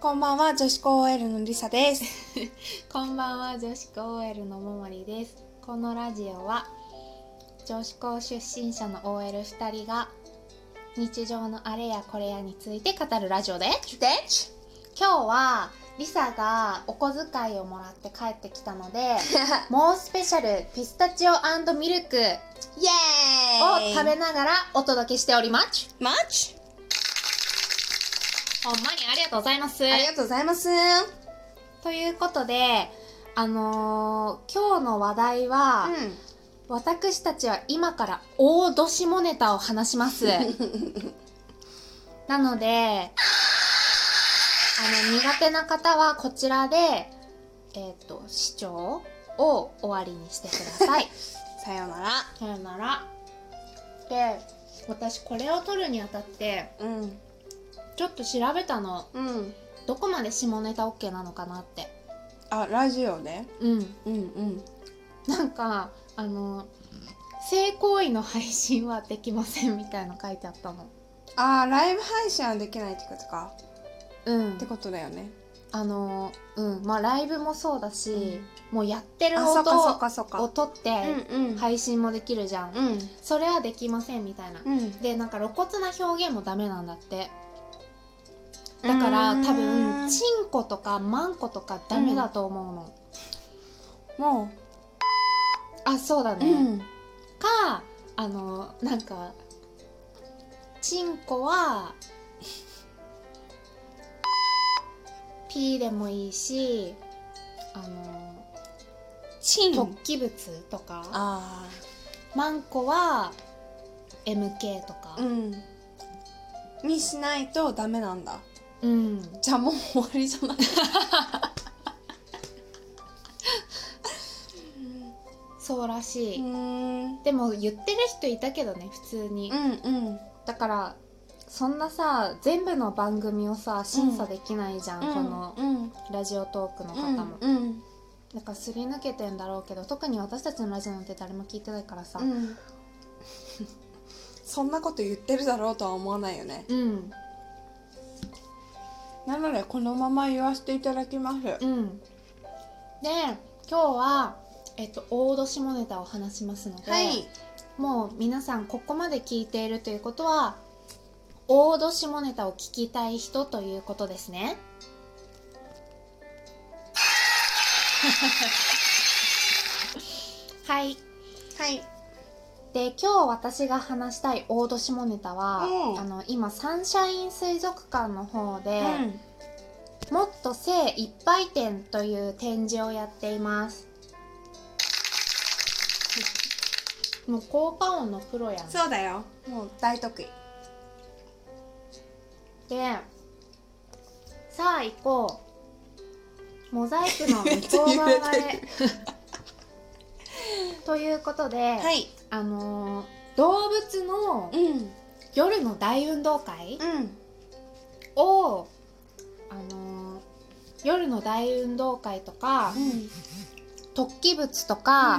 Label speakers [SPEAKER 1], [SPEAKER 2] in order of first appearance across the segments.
[SPEAKER 1] こんばんは、女子高 OL のりさです。
[SPEAKER 2] こんばんは女子高 OL のももりですこのラジオは女子高出身者の OL2 人が日常のあれやこれやについて語るラジオでで今日はリサがお小遣いをもらって帰ってきたの でもうスペシャルピスタチオミルク
[SPEAKER 1] イエ
[SPEAKER 2] を
[SPEAKER 1] ーイ
[SPEAKER 2] 食べながらお届けしております
[SPEAKER 1] マッチ
[SPEAKER 2] ほんまにありがとうございます
[SPEAKER 1] ありがとうございます。
[SPEAKER 2] ということであのー今日の話題は、私たちは今から大どしもネタを話します。なので、あの、苦手な方はこちらで、えっ、と、視聴を終わりにしてください。
[SPEAKER 1] さようなら。
[SPEAKER 2] さよなら。で、私これを撮るにあたって、
[SPEAKER 1] うん。
[SPEAKER 2] ちょっと調べたの。
[SPEAKER 1] うん。
[SPEAKER 2] どこまで下ネタ OK なのかなって。
[SPEAKER 1] あ、ラジオね。
[SPEAKER 2] うん。
[SPEAKER 1] うんうん。
[SPEAKER 2] なんか、あの、性行為の配信はできませんみたいなの書いてあったの。
[SPEAKER 1] あー、ライブ配信はできないってことか。
[SPEAKER 2] うん
[SPEAKER 1] って。ことだよね。
[SPEAKER 2] あのうんまあライブもそうだし、もうやってる
[SPEAKER 1] あ、そっかそっ
[SPEAKER 2] 音
[SPEAKER 1] かそっ
[SPEAKER 2] を
[SPEAKER 1] か。
[SPEAKER 2] 撮って
[SPEAKER 1] んうんはい。
[SPEAKER 2] 配信もできるじゃん、
[SPEAKER 1] うん。
[SPEAKER 2] それはできませんみたいな、
[SPEAKER 1] うん。
[SPEAKER 2] でなんか露骨な表現もダメなんだってだから多分チンコとかマンコとかダメだと思うの、
[SPEAKER 1] も
[SPEAKER 2] あそうだ
[SPEAKER 1] う、
[SPEAKER 2] ね、かあのなんかチンコはピーでもいいしあの
[SPEAKER 1] チン
[SPEAKER 2] 突起物とか、
[SPEAKER 1] あ
[SPEAKER 2] マンコは MK と
[SPEAKER 1] あ、
[SPEAKER 2] か
[SPEAKER 1] うんにしないとダメなんだ
[SPEAKER 2] うん、
[SPEAKER 1] じゃあもう終わりじゃない
[SPEAKER 2] そうらしい、
[SPEAKER 1] んうん
[SPEAKER 2] でも言ってる人いたけどね普通に、
[SPEAKER 1] うん
[SPEAKER 2] だからそんなさ全部の番組をさ審査できないじゃん、この
[SPEAKER 1] うん
[SPEAKER 2] ラジオトークの
[SPEAKER 1] う
[SPEAKER 2] 方
[SPEAKER 1] ん
[SPEAKER 2] も、
[SPEAKER 1] うん
[SPEAKER 2] だからすり抜けてんだろうけど特に私たちのラジオなんて誰も聞いてないからさ
[SPEAKER 1] うんそんなこと言ってるだろうとは思わないよね
[SPEAKER 2] うんうん、
[SPEAKER 1] なのでこのまま言わせていただきます
[SPEAKER 2] で今日はえっと大年もネタを話しますので、
[SPEAKER 1] はい
[SPEAKER 2] もう皆さんここまで聞いているということは大戸下ネタを聞きたい人ということです ねはい
[SPEAKER 1] はい
[SPEAKER 2] で今日私が話したい大戸下ネタは、
[SPEAKER 1] うん
[SPEAKER 2] あの今サンシャイン水族館の方で、
[SPEAKER 1] うん
[SPEAKER 2] もっと性いっぱい展という展示をやってい ますもう効果音のプロやん
[SPEAKER 1] そうだよもう大得意
[SPEAKER 2] でさあ行こうモザイクの向こう側
[SPEAKER 1] めっちゃ揺れて
[SPEAKER 2] へ ということで、
[SPEAKER 1] はい
[SPEAKER 2] あのー動物の
[SPEAKER 1] うん
[SPEAKER 2] 夜の大運動会
[SPEAKER 1] うん
[SPEAKER 2] を、あのー夜の大運動会とか
[SPEAKER 1] うん
[SPEAKER 2] 突起物とか、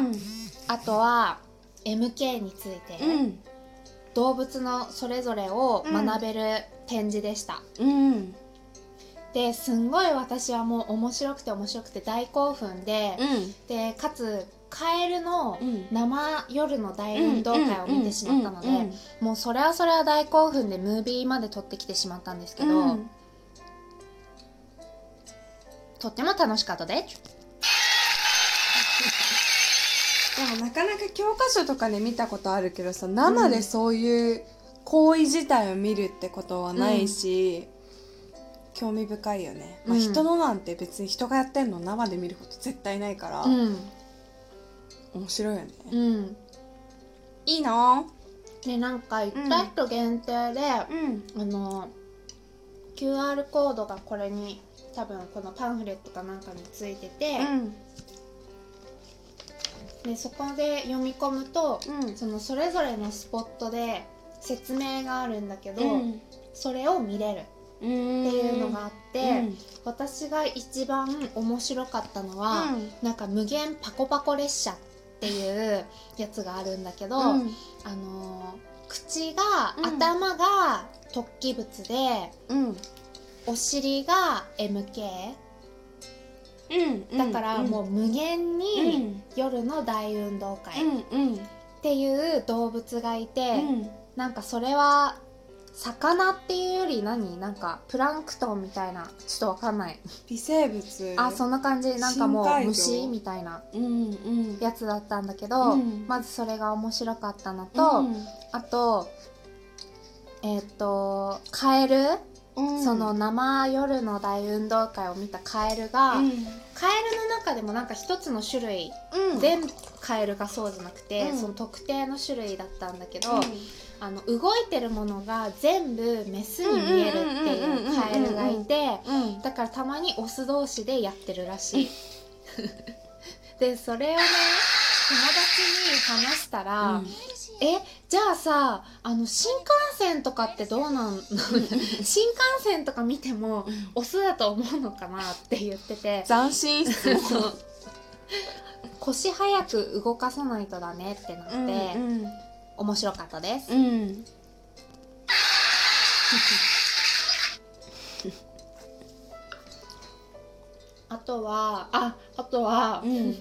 [SPEAKER 2] あとは MK について、
[SPEAKER 1] うん
[SPEAKER 2] 動物のそれぞれを学べる展示でした。
[SPEAKER 1] うん
[SPEAKER 2] ですんごい私はもう面白くて面白くて大興奮で、
[SPEAKER 1] うん
[SPEAKER 2] でかつカエルの
[SPEAKER 1] うん
[SPEAKER 2] 生夜の大運動会を見てしまったので、もうそれはそれは大興奮でムービーまで撮ってきてしまったんですけど、
[SPEAKER 1] うん
[SPEAKER 2] とっても楽しかったで
[SPEAKER 1] でもなかなか教科書とかで見たことあるけどさ生でそういう行為自体を見るってことはないし、興味深いよね、まあ、
[SPEAKER 2] うん
[SPEAKER 1] 人のなんて別に人がやってんの生で見ること絶対ないから、
[SPEAKER 2] うん
[SPEAKER 1] 面白いよね、
[SPEAKER 2] うん
[SPEAKER 1] いいな
[SPEAKER 2] でなんか行った人限定で、
[SPEAKER 1] うん
[SPEAKER 2] あの QR コードがこれに多分このパンフレットかなんかについてて
[SPEAKER 1] う、ん
[SPEAKER 2] でそこで読み込むと
[SPEAKER 1] うん
[SPEAKER 2] そのそれぞれのスポットで説明があるんだけど、
[SPEAKER 1] うん
[SPEAKER 2] それを見れるっていうのがあって、
[SPEAKER 1] うん
[SPEAKER 2] 私が一番面白かったの
[SPEAKER 1] う
[SPEAKER 2] は、
[SPEAKER 1] ん
[SPEAKER 2] なんか無限パコパコ列車っていうやつがあるんだけど、
[SPEAKER 1] うん
[SPEAKER 2] あのー口が、
[SPEAKER 1] うん
[SPEAKER 2] 頭が突起物で
[SPEAKER 1] うん
[SPEAKER 2] お尻が MK
[SPEAKER 1] うん
[SPEAKER 2] だからもう無限
[SPEAKER 1] う
[SPEAKER 2] に
[SPEAKER 1] ん
[SPEAKER 2] 夜の大運動会
[SPEAKER 1] うん
[SPEAKER 2] っ
[SPEAKER 1] うん
[SPEAKER 2] ていう動物がいて、
[SPEAKER 1] うん
[SPEAKER 2] なんかそれは魚っていうより何なんかプランクトンみたいなちょっとわかんない、
[SPEAKER 1] 微生物
[SPEAKER 2] あそんな感じなんかも
[SPEAKER 1] 深海魚
[SPEAKER 2] う虫みたいな
[SPEAKER 1] うんうん
[SPEAKER 2] やつだったんだけど、
[SPEAKER 1] うん
[SPEAKER 2] まずそれが面白かったのと、あとえっ、とカエル、
[SPEAKER 1] うん
[SPEAKER 2] その生夜の大運動会を見たカエルが、
[SPEAKER 1] うん
[SPEAKER 2] カエルの中でもなんか一つの種類、
[SPEAKER 1] うん
[SPEAKER 2] 全カエルがそうじゃなくて、
[SPEAKER 1] うん
[SPEAKER 2] その特定の種類だったんだけど、
[SPEAKER 1] うん
[SPEAKER 2] あの動いてるものが全部メスに見えるっていうカエルがいて
[SPEAKER 1] うん
[SPEAKER 2] だからたまにオス同士でやってるらしいでそれをね友達に話したら、
[SPEAKER 1] うん
[SPEAKER 2] えじゃあさあの新幹線とかってどうなんの新幹線とか見てもオスだと思うのかなって言ってて
[SPEAKER 1] 斬新質問
[SPEAKER 2] そう腰早く動かさないとだねってなって、
[SPEAKER 1] うん
[SPEAKER 2] 面白かったです
[SPEAKER 1] う、ん
[SPEAKER 2] あとはああとは、
[SPEAKER 1] うん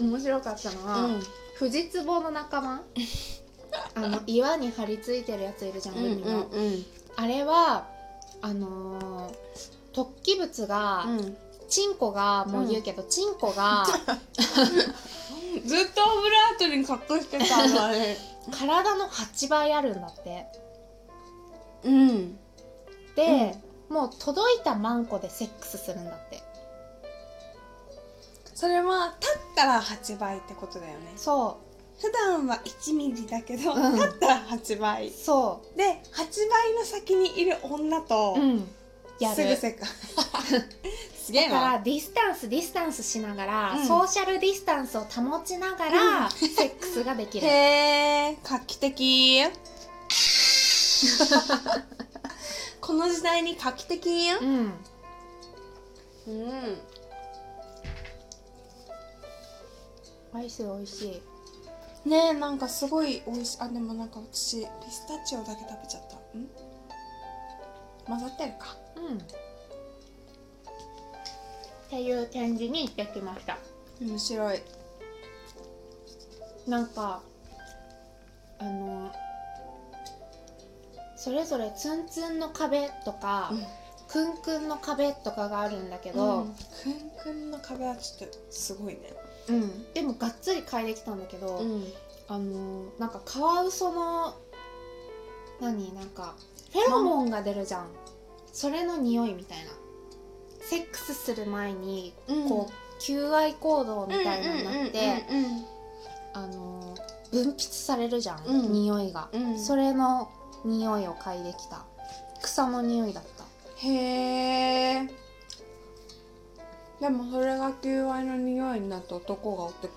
[SPEAKER 2] 面白かったのは、
[SPEAKER 1] うん
[SPEAKER 2] フジツボの 仲間あの岩に張り付いてるやついるじゃん、海の
[SPEAKER 1] うん
[SPEAKER 2] あれはあのー突起物が、
[SPEAKER 1] うん
[SPEAKER 2] チンコがもう言うけど、チンコ が
[SPEAKER 1] ずっとオブラートに隠してたのあれ
[SPEAKER 2] 体の8倍あるんだって
[SPEAKER 1] うん
[SPEAKER 2] で、もう届いたマンコでセックスするんだって
[SPEAKER 1] それは立ったら8倍ってことだよね
[SPEAKER 2] そ
[SPEAKER 1] 普段は1ミリだけど、
[SPEAKER 2] うん
[SPEAKER 1] 立ったら8倍
[SPEAKER 2] うそ
[SPEAKER 1] で8倍の先にいる女と
[SPEAKER 2] う、うんや
[SPEAKER 1] すぐ
[SPEAKER 2] る
[SPEAKER 1] せっか すげえ
[SPEAKER 2] だか
[SPEAKER 1] な
[SPEAKER 2] らディスタンスディスタンスしながら、
[SPEAKER 1] うん
[SPEAKER 2] ソーシャルディスタンスを保ちながら、セックスができる
[SPEAKER 1] へえ画期的この時代に画期的
[SPEAKER 2] うん
[SPEAKER 1] うん
[SPEAKER 2] おいしいおいしい
[SPEAKER 1] ねえなんかすごい美味しいあでもなんか私ピスタチオだけ食べちゃったん混ざってるか
[SPEAKER 2] うんっていう展示に行ってきました
[SPEAKER 1] 面白い
[SPEAKER 2] なんかあのそれぞれツンツンの壁とか、
[SPEAKER 1] うん
[SPEAKER 2] クンクンの壁とかがあるんだけど、
[SPEAKER 1] くんくんの壁はちょっとすごいね
[SPEAKER 2] うんでもがっつり買いできたんだけど、
[SPEAKER 1] ん
[SPEAKER 2] あのなんかカワウソの何なんかフェロモンが出るじゃんそれの匂いみたいなセックスする前にこう求愛行動みたいなのになってあの分泌されるじゃん、
[SPEAKER 1] うん
[SPEAKER 2] 匂いが。
[SPEAKER 1] うん
[SPEAKER 2] それの匂いを嗅いできた草の匂いだった
[SPEAKER 1] へえでもそれが求愛の匂いになって男がおって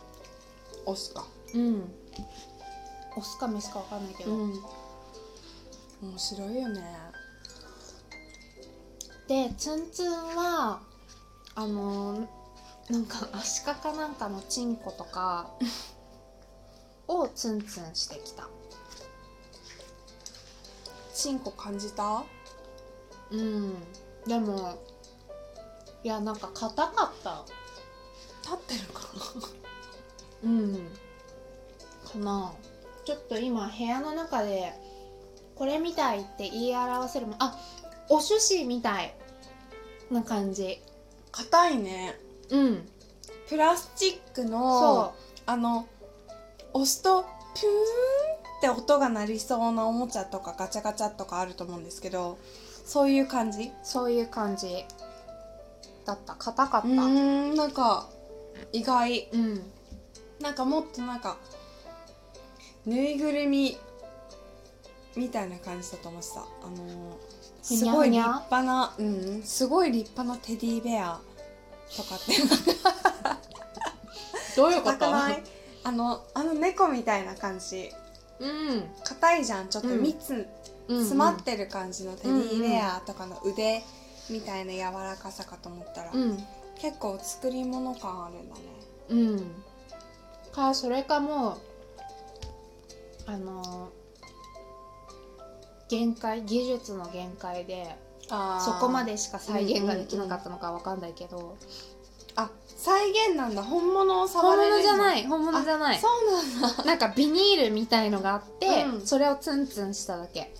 [SPEAKER 1] 押すか
[SPEAKER 2] うんオスかメスかわかんないけど、
[SPEAKER 1] ん面白いよね
[SPEAKER 2] でツンツンはあのーなんかアシカかなんかのチンコとかをツンツンしてきた
[SPEAKER 1] チンコ感じた
[SPEAKER 2] うんでもいやなんか硬かった
[SPEAKER 1] 立ってるか
[SPEAKER 2] うんかなちょっと今部屋の中でこれみたいって言い表せるもあお寿司みたいな感じ
[SPEAKER 1] な硬いね
[SPEAKER 2] うん
[SPEAKER 1] プラスチックの
[SPEAKER 2] そ
[SPEAKER 1] あの押すとピューンって音が鳴りそうなおもちゃとかガチャガチャとかあると思うんですけどそういう感じ
[SPEAKER 2] うそういう感じだった硬かった
[SPEAKER 1] うーんなんか意外
[SPEAKER 2] うん
[SPEAKER 1] なんかもっとなんかぬいぐるみみたいな感じだと思ってたあのー
[SPEAKER 2] ふにゃふにゃ
[SPEAKER 1] すごい立派なうんすごい立派なテディベアとかって
[SPEAKER 2] どう
[SPEAKER 1] 硬く ないあのあの猫みたいな感じ
[SPEAKER 2] うん
[SPEAKER 1] 硬いじゃんちょっと
[SPEAKER 2] うん
[SPEAKER 1] 蜜詰まってる感じのテディベアとかの腕みたいな柔らかさかと思ったら、
[SPEAKER 2] うん
[SPEAKER 1] 結構作り物感あるんだね
[SPEAKER 2] うんかそれかもうあのー限界技術の限界で
[SPEAKER 1] あー
[SPEAKER 2] そこまでしか再現ができなかったのかわかんないけど、
[SPEAKER 1] あ再現なんだ本物を触
[SPEAKER 2] 本
[SPEAKER 1] れる
[SPEAKER 2] 物じゃないい本物じゃない
[SPEAKER 1] そうなんだ
[SPEAKER 2] なんかビニールみたいのがあって、
[SPEAKER 1] うん
[SPEAKER 2] それをツンツンしただけ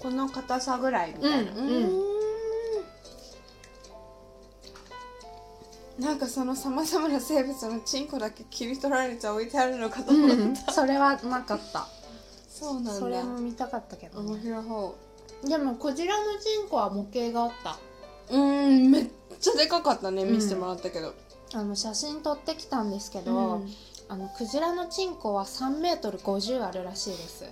[SPEAKER 1] この硬さぐらいみたいな
[SPEAKER 2] うん
[SPEAKER 1] うーんなんかそのさまざまな生物のチンコだけ切り取られちゃ置いてあるのかと思った、
[SPEAKER 2] それはなかった
[SPEAKER 1] そうなんだ
[SPEAKER 2] それも見たかったけど、
[SPEAKER 1] 面
[SPEAKER 2] ね、
[SPEAKER 1] 白い方
[SPEAKER 2] でもこちらのチンコは模型があった
[SPEAKER 1] うーんめっちゃでかかったね
[SPEAKER 2] うん
[SPEAKER 1] 見せてもらったけど、
[SPEAKER 2] あの写真撮ってきたんですけど、あのクジラのチンコは3メートル50あるらしいです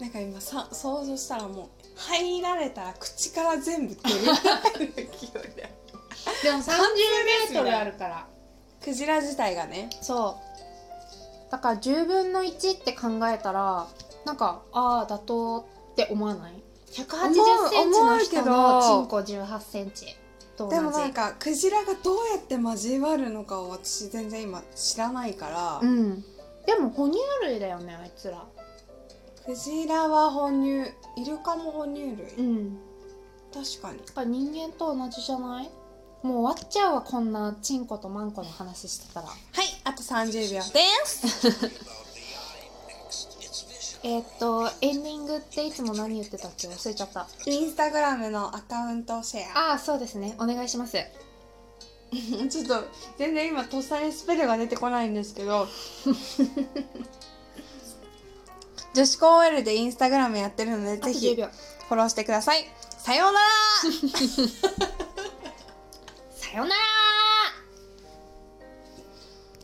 [SPEAKER 1] なんか今さ想像したらもう入られたら口から全部取り出る勢いで
[SPEAKER 2] でも30メートルあるから
[SPEAKER 1] クジラ自体がね
[SPEAKER 2] そうだから10分の1って考えたらなんかああ妥当って思わない1 8 0センチの人のチンコ1 8センチと同
[SPEAKER 1] で
[SPEAKER 2] じ
[SPEAKER 1] もなんかクジラがどうやって交わるのかを私全然今知らないから、
[SPEAKER 2] うんでも哺乳類だよねあいつら
[SPEAKER 1] クジラは哺乳イルカも哺乳類、
[SPEAKER 2] ん
[SPEAKER 1] 確かに
[SPEAKER 2] だから人間と同じじゃないもう終わっちゃうわこんなチンコとマンコの話してたら
[SPEAKER 1] はいあと30秒です
[SPEAKER 2] えーっとエンディングっていつも何言ってたっけ忘れちゃった
[SPEAKER 1] インスタグラムのアカウントシェ ア
[SPEAKER 2] ああそうですねお願いします
[SPEAKER 1] ちょっと全然今とっさにスペルが出てこないんですけど女子高 OL でインスタグラムやってるので
[SPEAKER 2] あと
[SPEAKER 1] ぜひ
[SPEAKER 2] 10
[SPEAKER 1] フ
[SPEAKER 2] 秒
[SPEAKER 1] ォローしてくださいさようなら
[SPEAKER 2] さよなら